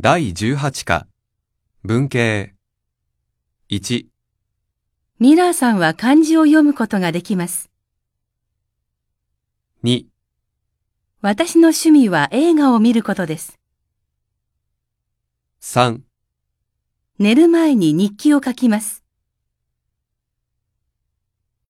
第18課、文系。1、ミラーさんは漢字を読むことができます。 2、私の趣味は映画を見ることです。 3寝る前に日記を書きます。